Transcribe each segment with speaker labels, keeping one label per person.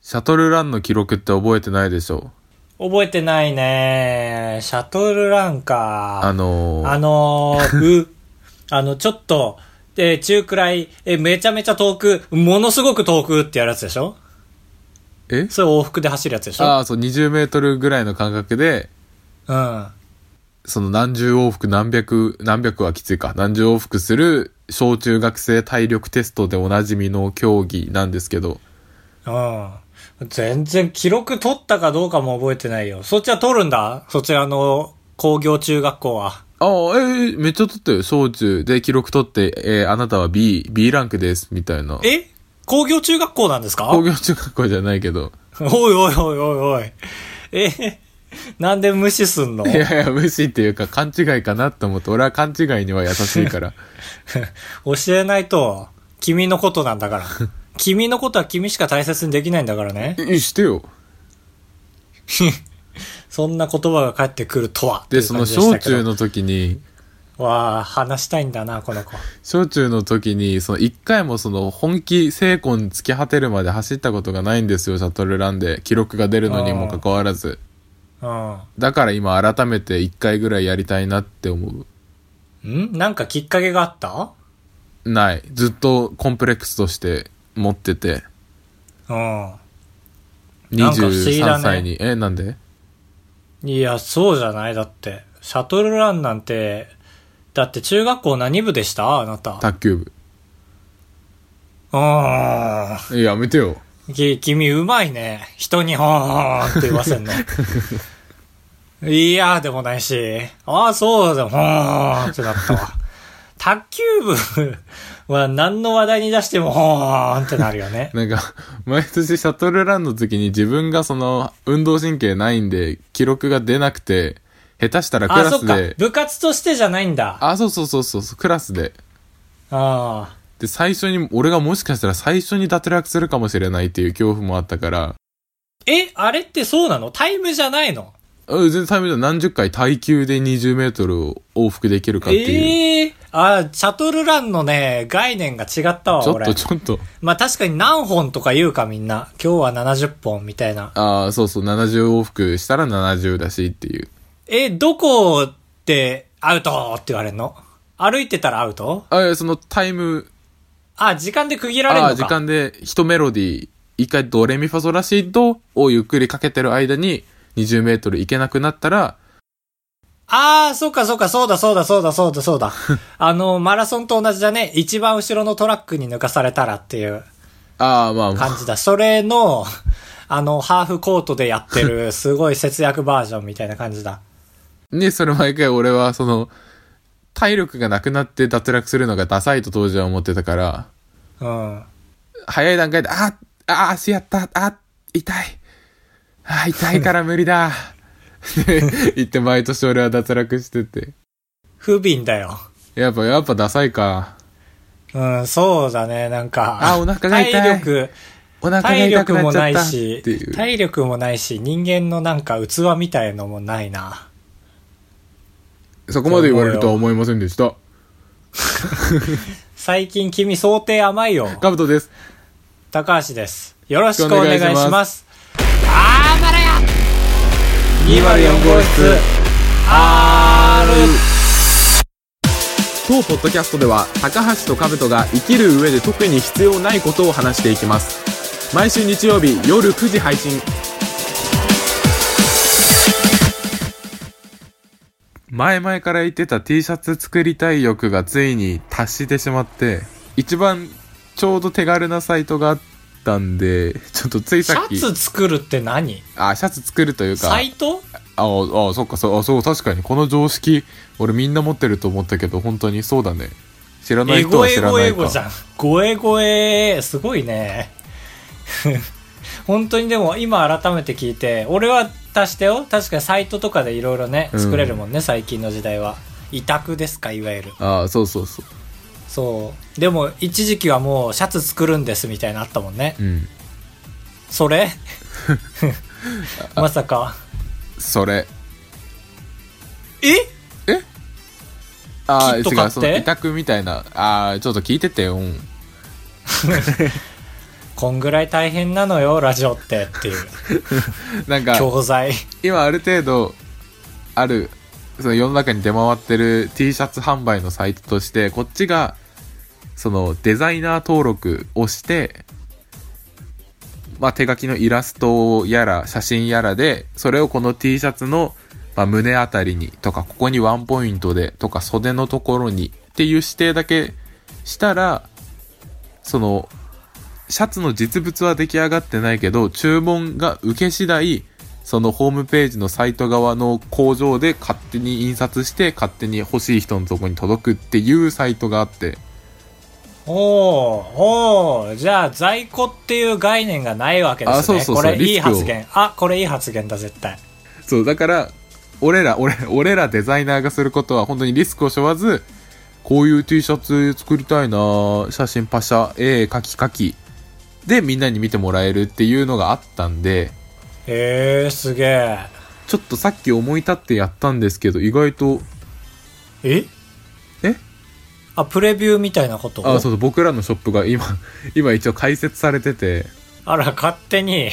Speaker 1: シャトルランの記録って覚えてないでしょ
Speaker 2: 覚えてないね。シャトルランか。
Speaker 1: あのー
Speaker 2: あのーう、 あの、ちょっと、えー中くらい、えーめちゃめちゃ遠く、ものすごく遠くってやるやつでしょ
Speaker 1: え
Speaker 2: それ往復で走るやつでしょ
Speaker 1: ああ、そう、20メートルぐらいの間隔で、
Speaker 2: うん。
Speaker 1: その何十往復何百、何百はきついか、何十往復する小中学生体力テストでおなじみの競技なんですけど、
Speaker 2: うん。全然記録取ったかどうかも覚えてないよ。そっちは取るんだそちらの工業中学校は。
Speaker 1: ああ、ええめっちゃ取ったよ。小中で記録取って、えーあなたは B、B ランクです、みたいな。
Speaker 2: え工業中学校なんですか
Speaker 1: 工業中学校じゃないけど。
Speaker 2: おいおいおいおいおい。え、 なんで無視すんの
Speaker 1: いやいや、無視っていうか勘違いかなと思って、俺は勘違いには優しい から。
Speaker 2: 教えないと、君のことなん だから。君のことは君しか大切にできないんだからね。
Speaker 1: えしてよ。
Speaker 2: そんな言葉が返ってくるとは。
Speaker 1: で、
Speaker 2: って
Speaker 1: そ
Speaker 2: いう感
Speaker 1: の
Speaker 2: じでし
Speaker 1: 小
Speaker 2: たけど
Speaker 1: 中。の時に、
Speaker 2: わあ、話したいんだな、この子。
Speaker 1: 小中の時に、その一回もその本気、成功に突き果てるまで走ったことがないんですよ、シャトルランで。記録が出るのにもかかわらず。
Speaker 2: う
Speaker 1: だから今改めて一回ぐらいやりたいなって思
Speaker 2: ん。んなんかきっかけがあった
Speaker 1: う。ない。ずっとコンプレックスとして持ってて。
Speaker 2: うん。なんか不思議だ
Speaker 1: 23
Speaker 2: ね
Speaker 1: 歳に。え、なんで
Speaker 2: いや、そうじゃないだって。シャトルランなんて、だって中学校何部でしたあなた。
Speaker 1: 卓球部。
Speaker 2: うーん。
Speaker 1: えやめてよ。
Speaker 2: き、君うまいね。人にほーんって言わせんの。 いやーでもないし、ああ、そうでも、ほーんってなったわ。卓球部は何の話題に出しても、ほーんってなるよね。
Speaker 1: なんか、 毎年シャトルランの時に自分がその、運動神経ないんで、記録が出なくて、下手したらク
Speaker 2: あ、
Speaker 1: ラ
Speaker 2: そっ
Speaker 1: ス
Speaker 2: か。
Speaker 1: で、
Speaker 2: 部活としてじゃないんだ。あ
Speaker 1: あ、そうそうそうそうそう、クラスで。
Speaker 2: あ
Speaker 1: で、最初に、俺がもしかしたら最初に脱落するかもしれないっていう恐怖もあったから、
Speaker 2: ー。え、あれってそうなのタイムじゃないの
Speaker 1: あ全然タイムで何十回耐久で20メートルを往復できるかっていう。
Speaker 2: ええー。あー、シャトルランのね、概念が違ったわ、
Speaker 1: ちょっ
Speaker 2: 俺
Speaker 1: と。ちょっと、
Speaker 2: まあ確かに何本とか言うかみんな。今日は70本みたいな。
Speaker 1: ああ、そうそう、70往復したら70だしっていう。
Speaker 2: え、どこでアウトって言われんの歩いてたらアウト
Speaker 1: あ、いやそのタイム、
Speaker 2: あ、時間で区切られる
Speaker 1: あ
Speaker 2: の
Speaker 1: あ
Speaker 2: か。
Speaker 1: ー、時間で一メロディー、一回ドレミファソラシドをゆっくりかけてる間に20メートルいけなくなったら、
Speaker 2: あー、そうかそうか、そうだそうだそうだそう だそうだ。あの、マラソンと同じだね。一番後ろのトラックに抜かされたらっていう
Speaker 1: ああ、まあまあ、
Speaker 2: 感じだ。そ れの、あの、ハーフコートでやってる、すごい節約バージョンみたいな感じだ。
Speaker 1: ね、それ毎回俺はその、体力がなくなって脱落するのがダサいと当時は思ってたから、
Speaker 2: うん。
Speaker 1: 早い段階で、ああ、足やった、あ痛い。あ痛いから無理だ。 って言って毎年俺は脱落してて。
Speaker 2: 不憫だよ。
Speaker 1: やっぱ、やっぱダサいか。
Speaker 2: うん、そうだね、なんか。
Speaker 1: あお腹が痛い
Speaker 2: 体力、
Speaker 1: お腹が
Speaker 2: 体
Speaker 1: 痛く
Speaker 2: 力
Speaker 1: なっ
Speaker 2: も
Speaker 1: ちゃ
Speaker 2: な
Speaker 1: っ
Speaker 2: い
Speaker 1: た。って
Speaker 2: し
Speaker 1: いう。、
Speaker 2: 体力もないし、人間のなんか器みたいのもないな。
Speaker 1: そこまで言われるとは思いませんでした。
Speaker 2: 最近君想定甘いよ。
Speaker 1: カブトです。
Speaker 2: 高橋です。よろしくお願いし
Speaker 1: よろしくお願いしま
Speaker 2: ます。あーばらや !204 号室、R!
Speaker 1: 当ポッドキャストでは高橋と兜が生きる上で特に必要ないことを話していきます毎週日曜日夜9時配信前々から言ってた T シャツ作りたい欲がついに達してしまって一番ちょうど手軽なサイトがあったんでちょっとつい
Speaker 2: シ
Speaker 1: さっき
Speaker 2: ャツ作るって何
Speaker 1: あシャツ作るというか
Speaker 2: サイト
Speaker 1: あああそっかそうあそう確かにこの常識俺みんな持ってると思ったけど本当にそうだね知らな
Speaker 2: エ
Speaker 1: い人
Speaker 2: ゴ
Speaker 1: は
Speaker 2: エ
Speaker 1: 知ら
Speaker 2: ゴ
Speaker 1: な
Speaker 2: エ
Speaker 1: い
Speaker 2: ゴじ
Speaker 1: か
Speaker 2: ゃん。ゴエゴエ、すごいね。 本当にでも今改めて聞いて、俺は足してよ。確かにサイトとかでいろいろね、
Speaker 1: うん
Speaker 2: 作れるもんね、最近の時代は。委託ですか、いわゆる。
Speaker 1: ああそうそうそう
Speaker 2: そう。でも一時期はもうシャツ作るんですみたいなのあったもんね。
Speaker 1: うん
Speaker 2: それまさか。
Speaker 1: それ
Speaker 2: え
Speaker 1: ああ
Speaker 2: キット
Speaker 1: 違
Speaker 2: 買
Speaker 1: う
Speaker 2: って
Speaker 1: その委託みたいなああちょっと聞いててうん
Speaker 2: こんぐらい大変なのよ、ラジオってっていう。
Speaker 1: なんか、
Speaker 2: 教材。
Speaker 1: 今ある程度、ある、その世の中に出回ってる T シャツ販売のサイトとして、こっちが、そのデザイナー登録をして、まあ手書きのイラストやら写真やらで、それをこの T シャツの、まあ、胸あたりにとか、ここにワンポイントでとか、袖のところにっていう指定だけしたら、その、シャツの実物は出来上がってないけど、注文が受け次第、そのホームページのサイト側の工場で勝手に印刷して、勝手に欲しい人のとこに届くっていうサイトがあって、
Speaker 2: おー、おー、じゃあ在庫っていう概念がないわけですね。
Speaker 1: あそうそうそう
Speaker 2: これいい
Speaker 1: リスクを
Speaker 2: 発言。あ、これいい発言だ、絶対。
Speaker 1: そう、だから、俺ら、俺、俺らデザイナーがすることは本当にリスクを背負わず、こういう T シャツ作りたいなぁ写真パシャ、絵、カキカキ。で、みんなに見てもらえるっていうのがあったんで、
Speaker 2: へえー、すげえ。
Speaker 1: ちょっとさっき思い立ってやったんですけど、意外と、
Speaker 2: え
Speaker 1: え
Speaker 2: あ、プレビューみたいなこと
Speaker 1: あ、そうそう、僕らのショップが今、 今一応開設されてて、
Speaker 2: あら、勝手に、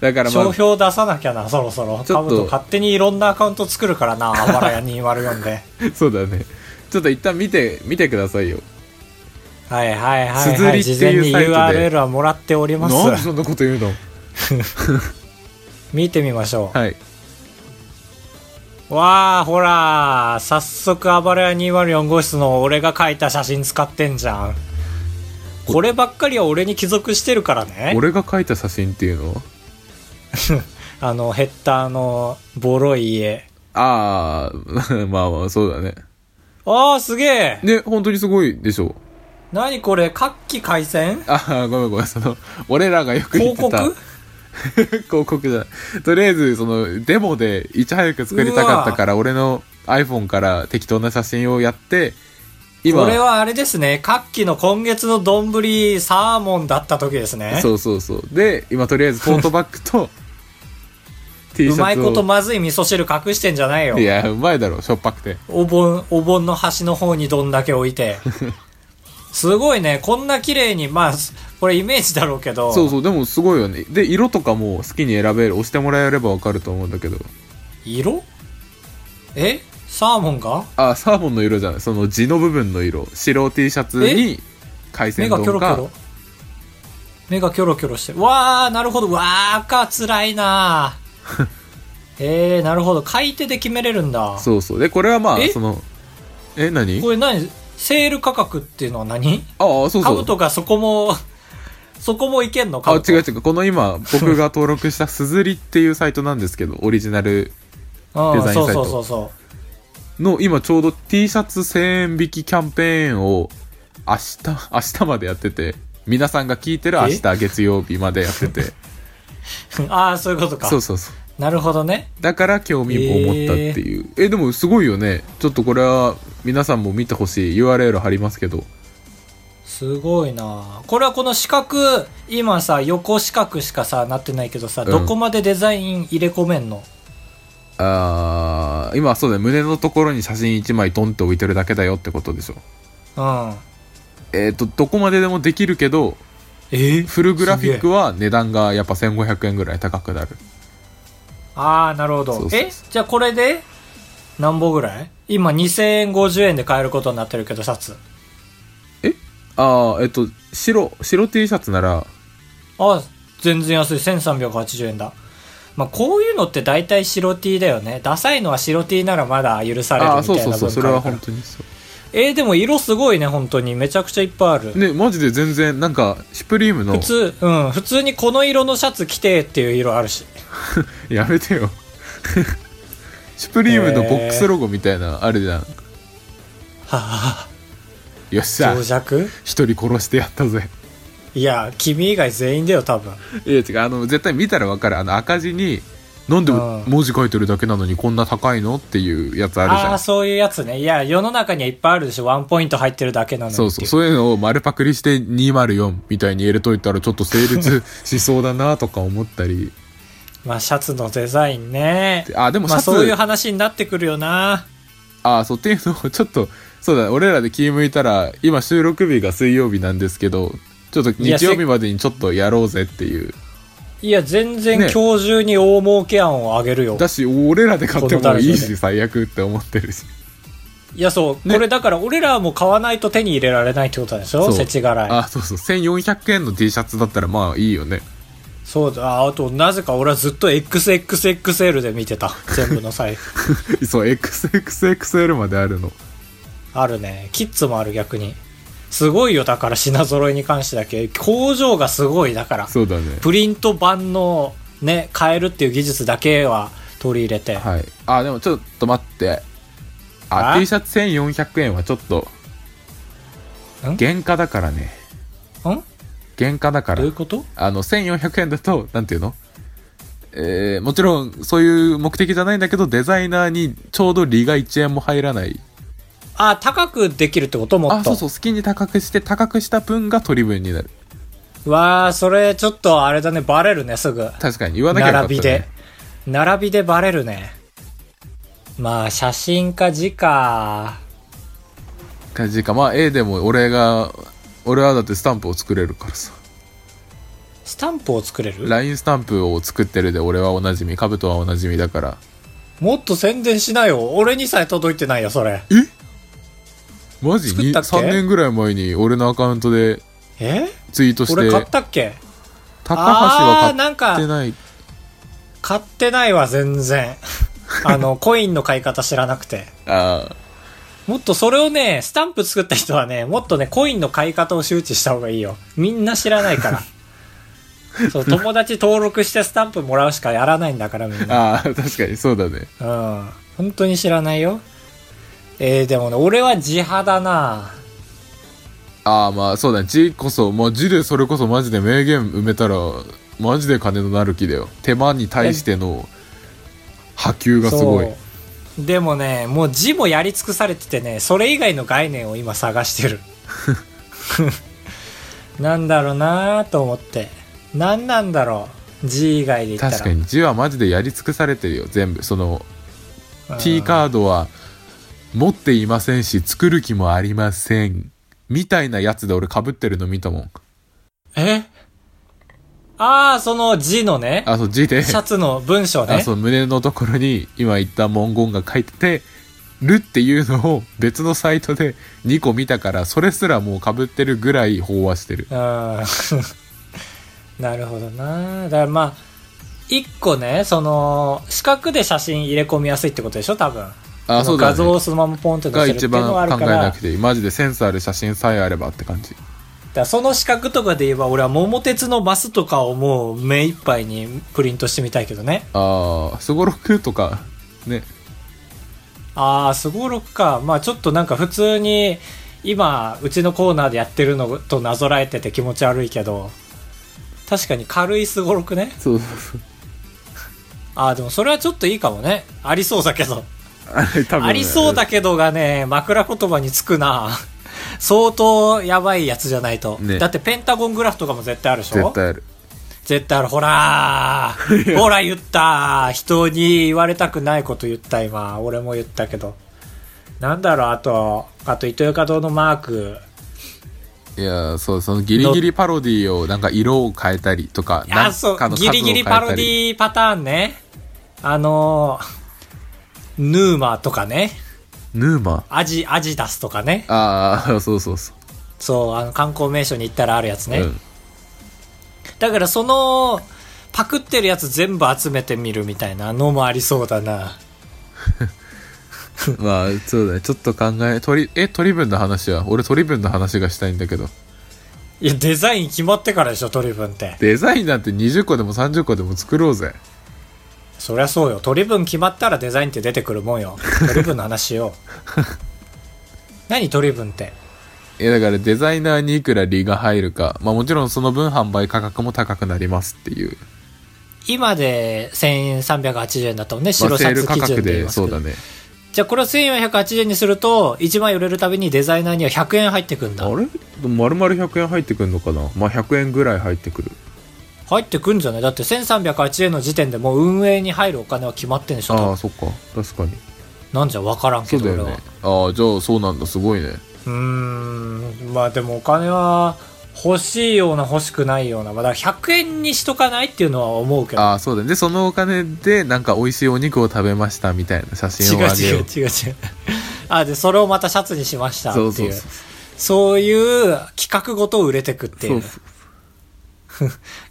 Speaker 1: だからまあ
Speaker 2: 商、標出さなきゃな、そろそろ。
Speaker 1: ちょっと
Speaker 2: 株と勝手にいろんなアカウント作るから な、あばらや204で。
Speaker 1: そうだね。ちょっと一旦見て、見てくださいよ。
Speaker 2: はいはいは
Speaker 1: す
Speaker 2: い、
Speaker 1: ず
Speaker 2: は
Speaker 1: り
Speaker 2: い。
Speaker 1: っていう
Speaker 2: 事前に
Speaker 1: サイトで
Speaker 2: URL はもらっておりま。
Speaker 1: なんですそんなこと言うの
Speaker 2: 見てみましょう。
Speaker 1: はい。
Speaker 2: わあ、ほら、早速、あばれや204号室の俺が描いた写真使ってんじゃん。こればっかりは俺に帰属してるからね。
Speaker 1: 俺が描いた写真っていうの
Speaker 2: あの、ヘッダーの、ボロい家。
Speaker 1: ああ、 まあまあ、そうだね。
Speaker 2: ああ、すげえ
Speaker 1: ね、本当にすごいでしょ。
Speaker 2: 何これ、活気回線
Speaker 1: ああ、ごめんごめん。その、俺らがよく言っ
Speaker 2: 広
Speaker 1: てた。
Speaker 2: 告
Speaker 1: 広告じゃない。とりあえず、その、デモでいち早く作りたかったから、俺の iPhone から適当な写真をやって、今、
Speaker 2: これはあれですね、活気の今月の丼サーモンだった時ですね。
Speaker 1: そうそうそう。で、今とりあえずトートバッグ と T シャツを。
Speaker 2: うまいことまずい味噌汁隠してんじゃないよ
Speaker 1: い。や、うまいだろ、しょっぱくて。
Speaker 2: お盆、お盆の端の方にどんだけ置 いて。すごいね、こんな綺麗に、まあ、すこれイメージだろうけど、
Speaker 1: そうそう、でもすごいよね。で、色とかも好きに選べる。押してもらえればわかると思うんだけど。
Speaker 2: 色えサーモンが
Speaker 1: あ、サーモンの色じゃない。その地の部分の色。白 T シャツに海鮮
Speaker 2: 目が
Speaker 1: 丼
Speaker 2: キョロキョ
Speaker 1: か
Speaker 2: ロ。目がキョロキョロしてる。わー、なるほど。わー、赤辛いな えー、なるほど。買い手で決めれるんだ。
Speaker 1: そうそう。で、これはまあ、
Speaker 2: え
Speaker 1: その、え、何
Speaker 2: これ何セール価格っていうのは何
Speaker 1: ああ、そう
Speaker 2: カ
Speaker 1: そ
Speaker 2: ブ
Speaker 1: う。
Speaker 2: トがそこも、 そこもいけんの
Speaker 1: あ、
Speaker 2: か
Speaker 1: 違う違う。この今、僕が登録したすずりっていうサイトなんですけど、オリジナル
Speaker 2: う
Speaker 1: デ
Speaker 2: ん、
Speaker 1: ザインサイ
Speaker 2: そ
Speaker 1: ト
Speaker 2: うそうそうそう。
Speaker 1: の、今ちょうど T シャツ1000円引きキャンペーンを、明日、 明日までやってて、皆さんが聞いてる明日月曜日までやってて。
Speaker 2: ああ、そう いうことか。
Speaker 1: そうそうそう。
Speaker 2: なるほどね。
Speaker 1: だから興味を持ったっていうえでもすごいよねちょっとこれは皆さんも見てほしい URL 貼りますけど
Speaker 2: すごいなこれはこの四角、今さ、横四角しかさ、なってないけどさ、
Speaker 1: うん
Speaker 2: どこまでデザイン入れ込めんの
Speaker 1: あー今そうだね胸のところに写真1枚ドンって置いてるだけだよってことでしょ
Speaker 2: うん。
Speaker 1: えっ、とどこまででもできるけど
Speaker 2: え
Speaker 1: フルグラフィックは値段がやっぱ1500円ぐらい高くなる
Speaker 2: ああ、なるほど。
Speaker 1: そうそうそう
Speaker 2: えじゃあこれで、何本ぐらい今2000円50円で買えることになってるけど、シャツ。
Speaker 1: ああえっ、と白白 T シャツなら
Speaker 2: あ、全然安い。1380円だ。まあ、こういうのって大体白 T だよね。ダサいのは白 T ならまだ許されるみ
Speaker 1: ああー
Speaker 2: たいな
Speaker 1: そうそうそうそれは
Speaker 2: 文化だ
Speaker 1: 本
Speaker 2: か
Speaker 1: 当
Speaker 2: ら
Speaker 1: にそう
Speaker 2: えーでも色すごいね、本当に。めちゃくちゃいっぱいある。
Speaker 1: ねマジで全然なんかシュプリームの
Speaker 2: 普通、うん、普通にこの色のシャツ着てっていう色あるし。
Speaker 1: やめてよ シュプリームのボックスロゴみたいなあるじゃん
Speaker 2: はは
Speaker 1: よっしゃ
Speaker 2: は。情弱
Speaker 1: 一人殺してやったぜ
Speaker 2: いや、君以外全員だよ、多分。
Speaker 1: いや違うあの絶対見たら分かるあの赤字になんで
Speaker 2: うん
Speaker 1: 文字書いてるだけなのにこんな高いのっていうやつあるじゃ
Speaker 2: ああー、
Speaker 1: ん
Speaker 2: そういうやつね。いや、世の中にはいっぱいあるでしょ。ワンポイント入ってるだけなのにって
Speaker 1: そ
Speaker 2: いう
Speaker 1: そうそういうのを丸パクリして204みたいに入れといたらちょっと成立しそうだなとか思ったり
Speaker 2: まあ、シャツのデザインね。
Speaker 1: あでもシ
Speaker 2: ま
Speaker 1: ャ
Speaker 2: あ、
Speaker 1: ツ、
Speaker 2: そういう話になってくるよな。
Speaker 1: あそうっていうのをちょっとそうだ俺らで気向いたら今収録日が水曜日なんですけどちょっと日曜日までにちょっとやろうぜっていう。
Speaker 2: いや、全然
Speaker 1: ね
Speaker 2: 今日中に大儲け案をあげるよ。
Speaker 1: だし、俺らで買ってもいい
Speaker 2: この男女
Speaker 1: し、
Speaker 2: で
Speaker 1: 最悪って思ってるし。
Speaker 2: いや、そう、
Speaker 1: ね
Speaker 2: これだから俺らも買わないと手に入れられないってことでしょ
Speaker 1: そう
Speaker 2: 世知辛い。
Speaker 1: あ、そうそう。1400円の T シャツだったらまあいいよね。
Speaker 2: そうだ、ああと、なぜか俺はずっと XXXL で見 てた。全部の財布。
Speaker 1: そう、XXXL まであるの。
Speaker 2: あるね。キッズもある逆に。すごいよ、だから品揃えに関してだけ。工場がすごい、だから。
Speaker 1: そうだね。
Speaker 2: プリント版のね、変えるっていう技術だけは取り入れて。
Speaker 1: はい。あ、でもちょっと待って。あ、
Speaker 2: あ
Speaker 1: T シャツ1400円はちょっと
Speaker 2: ん、
Speaker 1: 原価だからね。
Speaker 2: ん
Speaker 1: 原価だか
Speaker 2: ど
Speaker 1: ら
Speaker 2: ういう。こと
Speaker 1: あの、1400円だと、なんていうのえー、もちろん、そういう目的じゃないんだけど、デザイナーにちょうど利が1円も入らない。
Speaker 2: あ、高くできるってこともっ
Speaker 1: あ、
Speaker 2: と。
Speaker 1: そうそう、好きに高くして、高くした分が取り分になる。
Speaker 2: わー、それちょっとあれだね、バレるね、すぐ。
Speaker 1: 確かに、言わなきゃよかっ
Speaker 2: 並
Speaker 1: た、
Speaker 2: び
Speaker 1: ね。
Speaker 2: で。並びでバレるね。まあ、写真か字か。
Speaker 1: 感じか。まあ、A でも俺が、俺はだってスタンプを作れるからさ。
Speaker 2: スタンプを作れる
Speaker 1: LINE スタンプを作ってるで俺はおなじみ、カブトはおなじみだから。
Speaker 2: もっと宣伝しなよ。俺にさえ届いてないよ、それ。
Speaker 1: マジ
Speaker 2: 作っ
Speaker 1: に
Speaker 2: たっけ
Speaker 1: ?3 年ぐらい前に俺のアカウントで
Speaker 2: え
Speaker 1: ツイートして、
Speaker 2: 俺買
Speaker 1: 高
Speaker 2: ったっけ
Speaker 1: 橋
Speaker 2: あ
Speaker 1: は
Speaker 2: ー、
Speaker 1: 買
Speaker 2: なん
Speaker 1: って
Speaker 2: か、
Speaker 1: ない。
Speaker 2: 買ってないわ、全然。あの、コインの買い方知らなくて。
Speaker 1: あ
Speaker 2: もっとそれをね、スタンプ作った人はね、もっとね、コインの買い方を周知した方がいいよ。みんな知らな いから。そう、友達登録してスタンプもらうしかやらないんだから、みん
Speaker 1: ー
Speaker 2: な。
Speaker 1: あー、確かにそうだね。
Speaker 2: うん。本当に知らないよ。えー、でもね、俺は地派だな
Speaker 1: ああまあそうだね字こそもう字でそれこそマジで名言埋めたらマジで金のなる木だよ手間に対しての波及がすごい
Speaker 2: そうでもね、もう字もやり尽くされててね、それ以外の概念を今探してる。 なんだろうなと思って。なんなんだろう。字以外で言ったら。
Speaker 1: 確かに字はマジでやり尽くされてるよ全部その
Speaker 2: うん
Speaker 1: T カードは持っていませんし作る気もありませんみたいなやつで俺かぶってるの見たもん
Speaker 2: えああ、その字のね、
Speaker 1: あそう字で
Speaker 2: シャツの文章
Speaker 1: あ
Speaker 2: ね
Speaker 1: そ。う胸のところに今言った文言が書いててるっていうのを別のサイトで2個見たからそれすらもうかぶってるぐらい飽和してる
Speaker 2: うん。 なるほどな。だからまあ、一個ね、その、四角で写真入れ込みやすいってことでしょ、多分。
Speaker 1: あ、そ
Speaker 2: その
Speaker 1: うだ、ね、
Speaker 2: 画像をそのままポンって出
Speaker 1: が
Speaker 2: せるって
Speaker 1: 一
Speaker 2: いうのがあ
Speaker 1: 番考
Speaker 2: るか
Speaker 1: え
Speaker 2: ら、
Speaker 1: な
Speaker 2: だ
Speaker 1: く
Speaker 2: か
Speaker 1: ていい。マジでセンスある写真さえあればって感じ。
Speaker 2: らその四角とかで言えば、俺は桃鉄のマスとかをもう目いっぱいにプリントしてみたいけどね。
Speaker 1: ああ、すごろくとか、ね。
Speaker 2: ああ、すごろくか。まあちょっとなんか普通に、今、うちのコーナーでやってるのとなぞらえてて気持ち悪いけど、確かに軽いすごろくね。
Speaker 1: そうそうそう。
Speaker 2: ああ、でもそれはちょっといいかもね。ありそうだけど。
Speaker 1: あれ多分、
Speaker 2: ありそうだけどがね、枕言葉につくな。相当やばいやつじゃないと。
Speaker 1: ね
Speaker 2: だってペンタゴングラフとかも絶対あるでし
Speaker 1: 絶
Speaker 2: ょ
Speaker 1: 対ある。
Speaker 2: 絶対ある。ほらー ほら言ったー人に言われたくないこと言った今。俺も言ったけど。なんだろう、あと、あと、糸魚川堂のマーク。
Speaker 1: いやー、そう、そのギリギリパロディをなんか色を変えたりとか、な
Speaker 2: あ、
Speaker 1: ん
Speaker 2: そ
Speaker 1: か
Speaker 2: う、
Speaker 1: の数
Speaker 2: ギ
Speaker 1: を
Speaker 2: リ
Speaker 1: 変えたり
Speaker 2: ギリパロディパターンね。あのー、ヌーマーとかね。
Speaker 1: ヌーマ
Speaker 2: アジ、アジダスとかね。
Speaker 1: ああ、そうそうそう。
Speaker 2: そう、あの、観光名所に行ったらあるやつね。
Speaker 1: うん。
Speaker 2: だからその、パクってるやつ全部集めてみるみたいなのもありそうだな。
Speaker 1: まあ、そうだね。ちょっと考え、鳥、え、鳥分の話は俺鳥分の話がしたいんだけど。
Speaker 2: いや、デザイン決まってからでしょ、トリブンって。
Speaker 1: デザインなんて20個でも30個でも作ろうぜ。
Speaker 2: そりゃそうよ。取り分決まったらデザインって出てくるもんよ。取り分の話よ。 何取り分って。
Speaker 1: いやだからデザイナーにいくら利が入るか、まあもちろんその分販売価格も高くなりますっていう。
Speaker 2: 今で1380円だったもんね、
Speaker 1: ま
Speaker 2: 白
Speaker 1: あ
Speaker 2: シ
Speaker 1: セ
Speaker 2: ャ
Speaker 1: ール
Speaker 2: ツ
Speaker 1: 価
Speaker 2: 基
Speaker 1: 格
Speaker 2: 準で言い
Speaker 1: で、
Speaker 2: ます
Speaker 1: そ
Speaker 2: け
Speaker 1: う
Speaker 2: ど。
Speaker 1: だね。
Speaker 2: じゃあこれを1480円にすると、1枚売れるたびにデザイナーには100円入ってくんだ。
Speaker 1: あれ丸々100円入ってくるのかなまあ100円ぐらい入ってくる。
Speaker 2: 入ってくんじゃないだって1380円の時点でもう運営に入るお金は決まってんでしょ多
Speaker 1: あ
Speaker 2: 分
Speaker 1: あ、そっか。確かに。
Speaker 2: なんじゃ分からん
Speaker 1: そ
Speaker 2: け
Speaker 1: う
Speaker 2: ど
Speaker 1: だ
Speaker 2: 俺
Speaker 1: よ
Speaker 2: は
Speaker 1: ね。ああ、じゃあそうなんだ。すごいね。
Speaker 2: うーんまあでもお金は欲しいような欲しくないような、まあだから100円にしとかないっていうのは思うけど。
Speaker 1: ああそうだねでそのお金でなんか美味しいお肉を食べましたみたいな写
Speaker 2: 違
Speaker 1: 真
Speaker 2: う
Speaker 1: をあげ
Speaker 2: 違
Speaker 1: よ
Speaker 2: う
Speaker 1: う
Speaker 2: 違う違う。あ、で、それをまたシャツにしましたっていう。
Speaker 1: そ
Speaker 2: そう
Speaker 1: そうそう
Speaker 2: いう企画ごと売れてくってい
Speaker 1: そう
Speaker 2: う。
Speaker 1: そう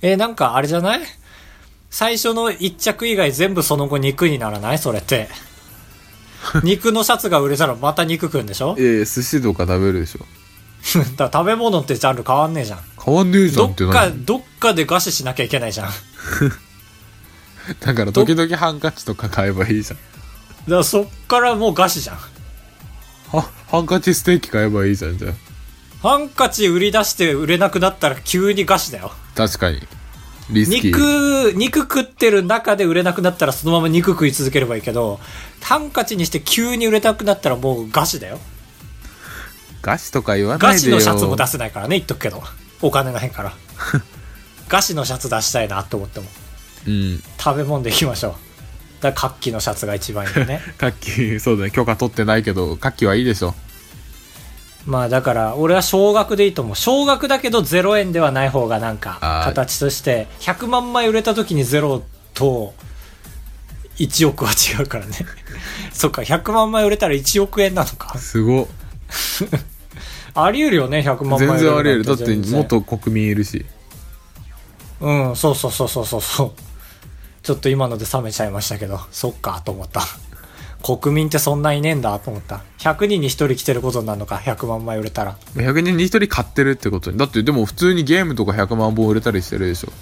Speaker 2: えーなんかあれじゃない最初の一着以外全部その後肉にならないそ れって。肉のシャツが売れたらまた肉くんでしょ
Speaker 1: いやいや寿司とか食べるでしょ
Speaker 2: だから食べ物ってジャンル変わんねえじゃん。
Speaker 1: 変わんねえじゃ
Speaker 2: ど
Speaker 1: んっ
Speaker 2: ってか、
Speaker 1: な
Speaker 2: どっかで餓死しなきゃいけないじゃん。だか
Speaker 1: だから時々ハンカチとか買えばいいじゃん
Speaker 2: らそっからもう餓死じゃん。
Speaker 1: はハンカチステーキ買えばいいじゃんじゃあ
Speaker 2: ハンカチ売り出して売れなくなったら急に餓死だよ。
Speaker 1: 確かにリスキー
Speaker 2: 肉、肉食ってる中で売れなくなったらそのまま肉食い続ければいいけど、ハンカチにして急に売れなくなったらもう餓死だよ。
Speaker 1: ガチとか言わな
Speaker 2: 餓
Speaker 1: い
Speaker 2: 死
Speaker 1: でよ
Speaker 2: のシャツも出せないからね、言っとくけど。お金な いから。餓死のシャツ出したいなと思っても。
Speaker 1: うん
Speaker 2: 食べ物でいきましょう。だから、活気のシャツが一番いいよね。
Speaker 1: カッキそうだね許可取ってないけどカッキはいいでしょ
Speaker 2: まあだから、俺は少額でいいと思う。少額だけど0円ではない方がなんか
Speaker 1: あ、ー
Speaker 2: 形として、100万枚売れた時に0と1億は違うからね。 そっか、100万枚売れたら1億円なのか。
Speaker 1: すご
Speaker 2: あり得るよね、100万枚売れ
Speaker 1: 全
Speaker 2: る。
Speaker 1: 然あり得るだって
Speaker 2: 全然
Speaker 1: もっ。と国民いるし
Speaker 2: うん、そうそうそうそうそうそう。ちょっと今ので冷めちゃいましたけど、そっか、と思った。 国民ってそんないねえんだ、と思った。100人に1人来てることになるのか、100万枚売れたら。
Speaker 1: 100人に1人買ってるってことにだってでも普通にゲームとか100万本売れたりしてるでしょ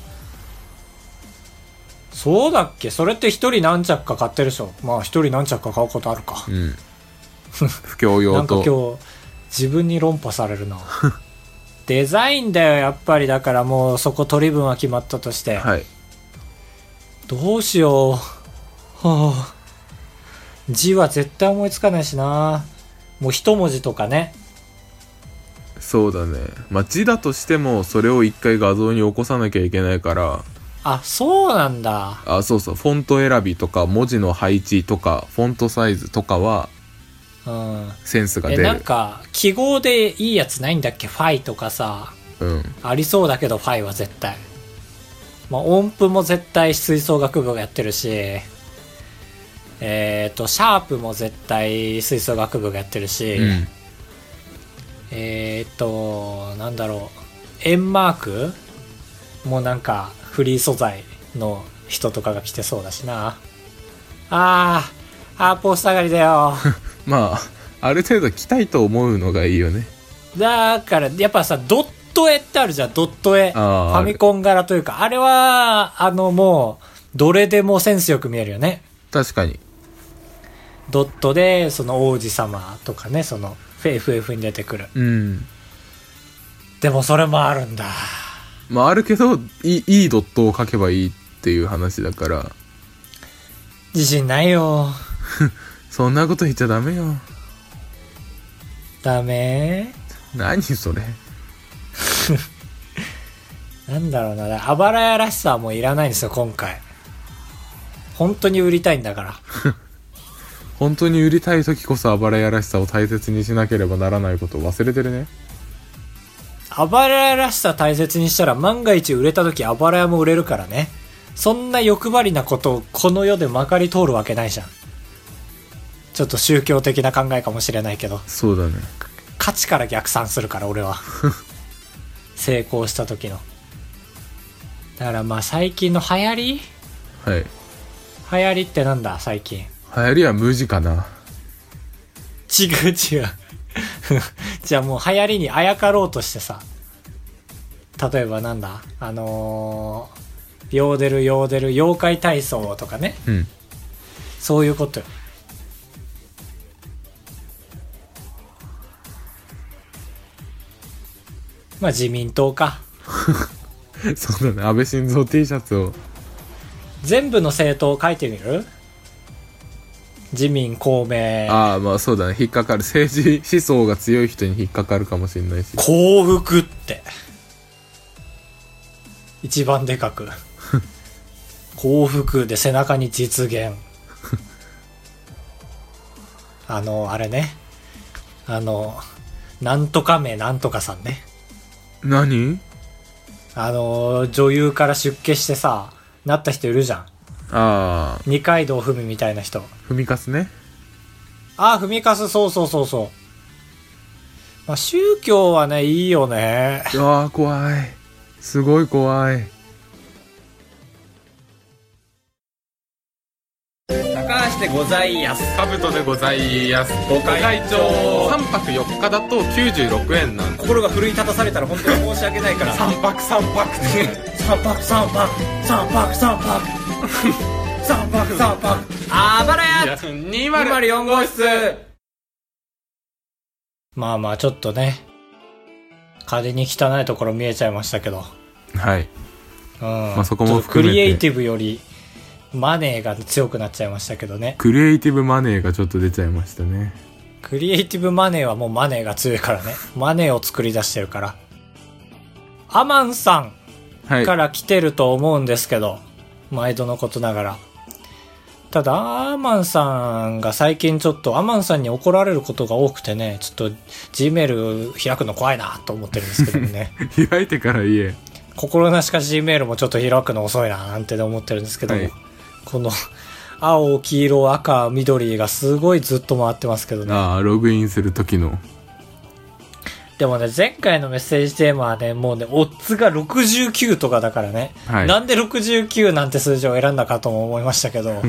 Speaker 2: そうだっけそれって一人何着か買ってるでしょまあ一人何着か買うことあるか
Speaker 1: う。ん 不況
Speaker 2: な
Speaker 1: 用
Speaker 2: んか
Speaker 1: と
Speaker 2: 今日、自分に論破され るな。デザインだよ、やっぱり。だからもうそこ取り分は決まったとして。
Speaker 1: はい
Speaker 2: どうしよう。はあ。字は絶対思いつかないしな。もう一文字とかね。
Speaker 1: そうだねまあ字だとしてもそれを一回画像に起こさなきゃいけないから
Speaker 2: あ、そうなんだ。
Speaker 1: あそうそうフォント選びとか文字の配置とかフォントサイズとかは
Speaker 2: うん。
Speaker 1: センスが
Speaker 2: え、
Speaker 1: 出
Speaker 2: なん
Speaker 1: る
Speaker 2: か、記号でいいやつないんだっけファイとかさ。
Speaker 1: うん
Speaker 2: ありそうだけど、ファイは絶対。まあ、音符も絶対吹奏楽部がやってるし、えっ、と、シャープも絶対吹奏楽部がやってるし、
Speaker 1: うん
Speaker 2: えっ、と、なんだろう、円マークもなんか、フリー素材の人とかが来てそうだしな。あー、ハーポー下がりだよ。
Speaker 1: まあある程度来たいと思うのがいいよね
Speaker 2: だから、やっぱさ、ドット絵ってあるじゃん、ドット絵。フ
Speaker 1: あー
Speaker 2: ァミコン柄というか、あれは、あのもう、どれでもセンスよく見えるよね。
Speaker 1: 確かに
Speaker 2: ドットで、その王子様とかね、その、FF に出てくる。
Speaker 1: うん
Speaker 2: でもそれもあるんだ。
Speaker 1: まああるけどいいいいドットを書けばいいっていう話だから
Speaker 2: 自信ないよ。
Speaker 1: そんなこと言っちゃダメよ
Speaker 2: ダメ
Speaker 1: 何それ
Speaker 2: なんだろうな、あばらやらしさはもういらないんですよ、今回。本当に売りたいんだから。
Speaker 1: 本当に売りたい時こそ暴れやらしさを大切にしなければならないことを忘れてるね
Speaker 2: あばらやらしさ大切にしたら万が一売れた時あばらやも売れるからね。そんな欲張りなことをこの世でまかり通るわけないじゃん。ちょっと宗教的な考えかもしれないけど、
Speaker 1: そうだね
Speaker 2: 価値から逆算するから俺は。成功した時の。だからまあ最近の流行り流
Speaker 1: はい
Speaker 2: 行りってなんだ最近。
Speaker 1: 流行りは無地かな
Speaker 2: 違う違う。じゃあもう流行りにあやかろうとしてさ。例えばなんだあのー、ヨーデルヨーデル妖怪体操とかね。
Speaker 1: うん
Speaker 2: そういうことよ。まあ自民党か。
Speaker 1: そうだね安倍晋三 T シャツを
Speaker 2: 全部の政党を書いてみる自民、公明、
Speaker 1: ああまあそうだね引っかかる政治思想が強い人に引っかかるかもしれないし
Speaker 2: 幸福って。一番でかく。幸福で背中に実現。あの、あれね。あの、なんとか名なんとかさんね。
Speaker 1: 何
Speaker 2: あのー女優から出家してさなった人いるじゃん
Speaker 1: ああ、
Speaker 2: 二階堂ふみみたいな人
Speaker 1: 踏みかすね。
Speaker 2: あーふみかすそうそうそうそうまあ宗教はねいいよね
Speaker 1: ああ、怖い。すごい怖い。
Speaker 2: 高橋でございやす
Speaker 1: カブトでございます。ご
Speaker 2: 会長
Speaker 1: 3泊4日だと96円なんで
Speaker 2: 心が奮い立たされたら本当に申し訳ないから三泊三泊三泊三泊三泊三泊 三泊三泊あばらや
Speaker 1: す。
Speaker 2: 204号室まあまあちょっとね仮に汚いところ見えちゃいましたけど、
Speaker 1: はい。
Speaker 2: うん
Speaker 1: あそこも含めて
Speaker 2: ちょっとクリエイティブよりマネーが強くなっちゃいましたけどね
Speaker 1: クリエイティブマネーがちょっと出ちゃいましたね。
Speaker 2: クリエイティブマネーはもうマネーが強いからねマネーを作り出してるからアマンさん
Speaker 1: はい。
Speaker 2: から来てると思うんですけど、毎度のことながら。ただ、アーマンさんが最近ちょっと、アーマンさんに怒られることが多くてね、ちょっと Gmail 開くの怖いなと思ってるんですけども ね。
Speaker 1: 開いてから言え。
Speaker 2: 心なしか Gmail もちょっと開くの遅いななんて思ってるんですけども、
Speaker 1: はい
Speaker 2: この青、黄色、赤、緑がすごいずっと回ってますけどね。
Speaker 1: ああ、ログインする時の。
Speaker 2: でもね、前回のメッセージテーマはね、もうね、オッズが69とかだからね、
Speaker 1: はい
Speaker 2: なんで69なんて数字を選んだかとも思いました けど、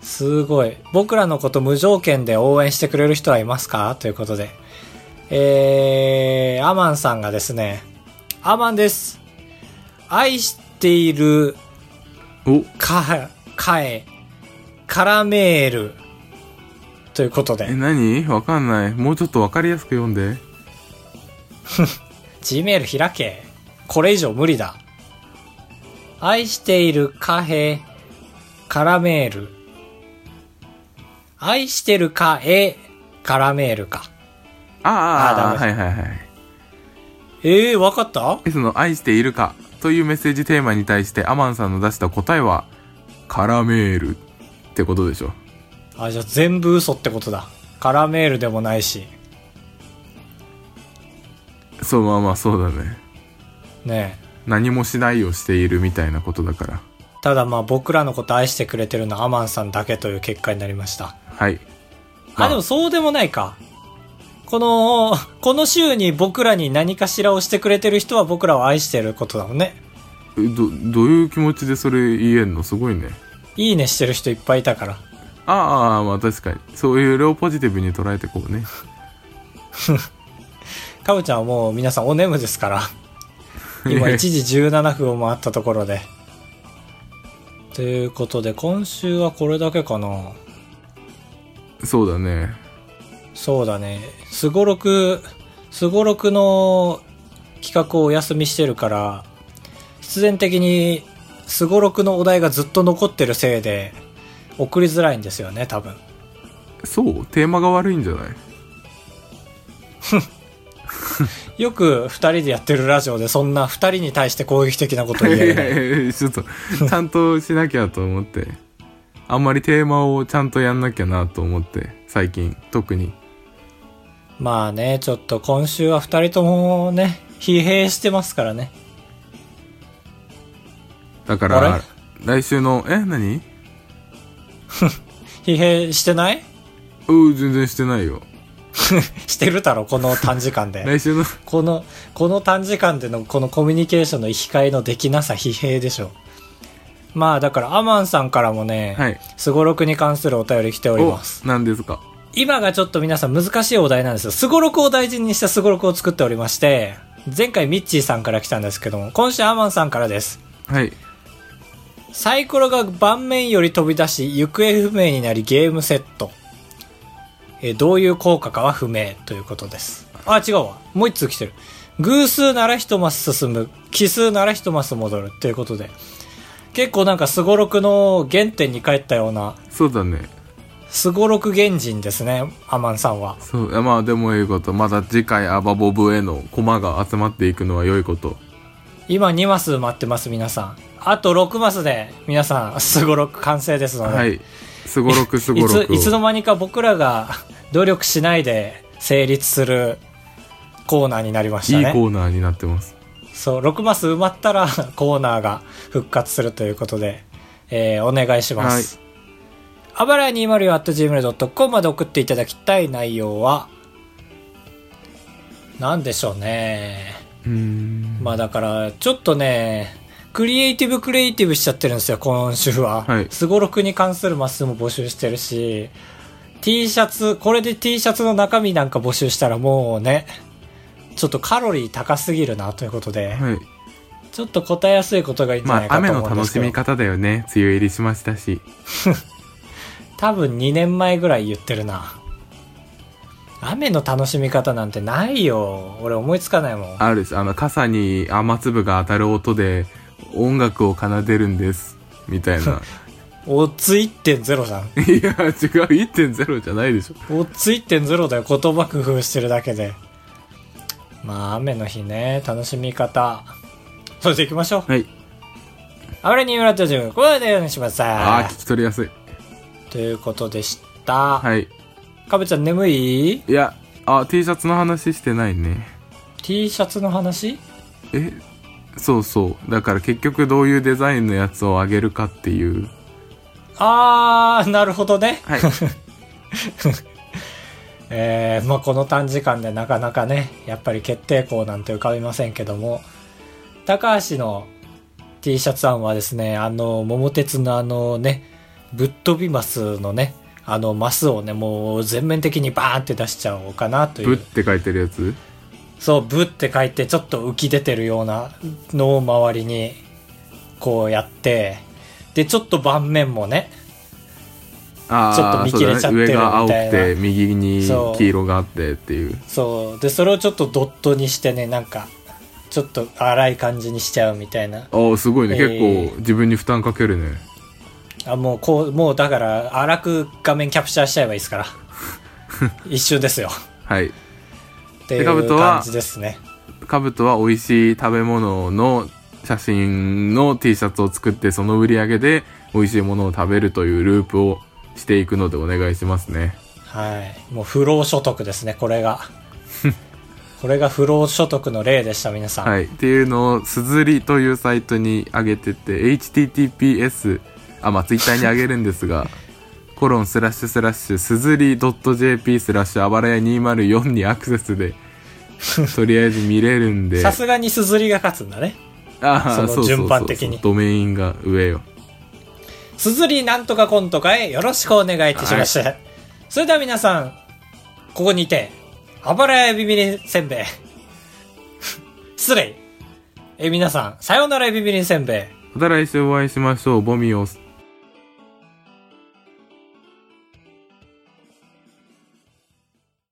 Speaker 2: すごい。僕らのこと無条件で応援してくれる人はいますかということで。えー、アマンさんがですね、アマンです。愛している
Speaker 1: お、
Speaker 2: か、かえ、カラメール。ということ
Speaker 1: え、
Speaker 2: で、
Speaker 1: 何わかんない。もうちょっとわかりやすく読んで。
Speaker 2: Gmail 開け。これ以上無理だ。愛しているカヘ、カラメール。愛してるカエ、カラメールか。
Speaker 1: ああ、ああ、
Speaker 2: あー
Speaker 1: は
Speaker 2: ダ
Speaker 1: いはいはい。
Speaker 2: ええー、わかった
Speaker 1: えその、愛しているかというメッセージテーマに対して、アマンさんの出した答えは、カラメールってことでしょ。
Speaker 2: あ、じゃあ全部嘘ってことだ。カラメールでもないし。
Speaker 1: そう、まあまあ、そうだね。
Speaker 2: ねえ。
Speaker 1: 何もしないをしているみたいなことだから。
Speaker 2: ただまあ僕らのこと愛してくれてるのはアマンさんだけという結果になりました。
Speaker 1: はい。まあ
Speaker 2: あ、でもそうでもないか。この、この週に僕らに何かしらをしてくれてる人は僕らを愛してることだもんね。
Speaker 1: えど、どういう気持ちでそれ言えんのすごいね。
Speaker 2: いいねしてる人いっぱいいたから。
Speaker 1: ああああ、まあ確かに。そういう両ポジティブに捉えてこうね。
Speaker 2: かぶちゃんはもう皆さんお眠ですから。今1時17分を回ったところで。ということで、今週はこれだけかな。
Speaker 1: そうだね。
Speaker 2: そうだね。すごろく、すごろくの企画をお休みしてるから、必然的にすごろくのお題がずっと残ってるせいで、送りづらいんですよね、多分。
Speaker 1: そうテーマが悪いんじゃない
Speaker 2: よく二人でやってるラジオでそんな二人に対して攻撃的なことを言え
Speaker 1: い
Speaker 2: るね
Speaker 1: やいやいやちょっと、ちゃんとしなきゃと思って。あんまりテーマをちゃんとやんなきゃなと思って、最近、特に。
Speaker 2: まあね、ちょっと今週は二人ともね、疲弊してますからね。
Speaker 1: だか
Speaker 2: あ
Speaker 1: ら、来週の、え何
Speaker 2: 疲弊してない
Speaker 1: うん、全然してないよ。
Speaker 2: してるだろ、この短時間で。
Speaker 1: 来週の、
Speaker 2: この、この短時間でのこのコミュニケーションの生き換えのできなさ疲弊でしょ。まあだから、アマンさんからもね、
Speaker 1: はい。
Speaker 2: すごろくに関するお便り来ており
Speaker 1: お
Speaker 2: ます。、
Speaker 1: 何ですか
Speaker 2: 今がちょっと皆さん難しいお題なんですよ。すごろくを大事にしたすごろくを作っておりまして、前回ミッチーさんから来たんですけども、今週アマンさんからです。
Speaker 1: はい。
Speaker 2: サイコロが盤面より飛び出し、行方不明になりゲームセット。えーどういう効果かは不明ということです。あ、違うわ。もう一通来てる。偶数なら一マス進む。奇数なら一マス戻る。ということで。結構なんかスゴロクの原点に帰ったような、
Speaker 1: そうだね。
Speaker 2: スゴロク原人ですね、アマンさんは。
Speaker 1: そう、まあでもいいこと。まだ次回アバボブへのコマが集まっていくのは良いこと。
Speaker 2: 今2マス待ってます、皆さん。あと6マスで、皆さん、スゴロク完成ですので。
Speaker 1: はい。すごろくすご
Speaker 2: い
Speaker 1: ろ
Speaker 2: つ
Speaker 1: くを。
Speaker 2: いつの間にか僕らが努力しないで成立するコーナーになりました
Speaker 1: いい
Speaker 2: ね。
Speaker 1: コーナーになってます。
Speaker 2: そう、6マス埋まったら コーナーが復活するということで、えーお願いします。あばらや 204.gmail.com まで送っていただきたい内容は、なんでしょうね。
Speaker 1: うーん。
Speaker 2: まあだから、ちょっとね、クリエイティブクリエイティブしちゃってるんですよ、今週は
Speaker 1: はい。
Speaker 2: すごろくに関するマスも募集してるし、T シャツ、これで T シャツの中身なんか募集したらもうね、ちょっとカロリー高すぎるなということで、
Speaker 1: はい。
Speaker 2: ちょっと答えやすいことがいいんじゃ
Speaker 1: ま
Speaker 2: ない
Speaker 1: あ、
Speaker 2: かと
Speaker 1: 雨の
Speaker 2: 思うんで
Speaker 1: 楽
Speaker 2: す
Speaker 1: し
Speaker 2: けど、
Speaker 1: み方だよね。梅雨入りしましたし。
Speaker 2: 多分2年前ぐらい言ってるな。雨の楽しみ方なんてないよ。俺思いつかないもん。
Speaker 1: あるです。あの、傘に雨粒が当たる音で音楽を奏でるんです。みたいな。
Speaker 2: オッズ1.0じゃん。
Speaker 1: いや、違う。1.0じゃないでしょ。
Speaker 2: オッズ1.0だよ。言葉工夫してるだけで。まあ、雨の日ね。楽しみ方。それで行きましょう。
Speaker 1: はい。
Speaker 2: あれに村とジム、これでお願いします。
Speaker 1: ああ、聞き取りやすい。
Speaker 2: ということでした。
Speaker 1: はい。
Speaker 2: かぶちゃん眠い
Speaker 1: いや、あ、T シャツの話してないね。
Speaker 2: ?T シャツの話
Speaker 1: え、そうそう。だから結局どういうデザインのやつをあげるかっていう。
Speaker 2: あー、なるほどね。
Speaker 1: はい。
Speaker 2: えー、まあこの短時間でなかなかね、やっぱり決定校なんて浮かびませんけども、高橋の T シャツ案はですね、あの、桃鉄のあのね、ぶっ飛びマスのね、あのマスをね、もう全面的にバーンって出しちゃおうかなとい
Speaker 1: ぶっ
Speaker 2: う。
Speaker 1: て書いてるやつ
Speaker 2: そう、ぶって書いてちょっと浮き出てるようなのを周りにこうやって、で、ちょっと盤面もね、
Speaker 1: あー
Speaker 2: ちょっと見切れちゃってる
Speaker 1: そうだね上が青く
Speaker 2: みたい
Speaker 1: て、右に
Speaker 2: そう
Speaker 1: 黄色があってっていう。
Speaker 2: そう。で、それをちょっとドットにしてね、なんか、ちょっと荒い感じにしちゃうみたいな。
Speaker 1: あーすごいね。
Speaker 2: え
Speaker 1: 結
Speaker 2: ー
Speaker 1: 構自分に負担かけるね。
Speaker 2: あ、もうこう、もうだから、荒く画面キャプチャーしちゃえばいいで すから。一瞬ですよ。
Speaker 1: はい。
Speaker 2: ってい
Speaker 1: でカブ
Speaker 2: う
Speaker 1: トは
Speaker 2: 感じですね。
Speaker 1: カブトは美味しい食べ物の写真の T シャツを作って、その売り上げで美味しいものを食べるというループをしていくのでお願いしますね。
Speaker 2: はい。もう不労所得ですね、こ れが。これが不労所得の例でした、皆さん。
Speaker 1: はい。っていうのを、すずりというサイトに上げてて、https、あ、まあ、ツイッターに上げるんですが、 コロンスラッシュスラッシュ、すずり .jp スラッシュ、あばらや204にアクセス で、とりあえず見れるんで。
Speaker 2: さすがにすずりが勝つんだね。
Speaker 1: あ
Speaker 2: そ
Speaker 1: あ
Speaker 2: の順番的に
Speaker 1: ドメインが上よ。
Speaker 2: すずりなんとかコントかへよろしくお願いいたしまして。それでは皆さん、ここにて、あばらやビビリンせんべい。 失礼。え、皆さん、さようならエビビリンせんべい。
Speaker 1: また来週お会いしましょう。ボミオス。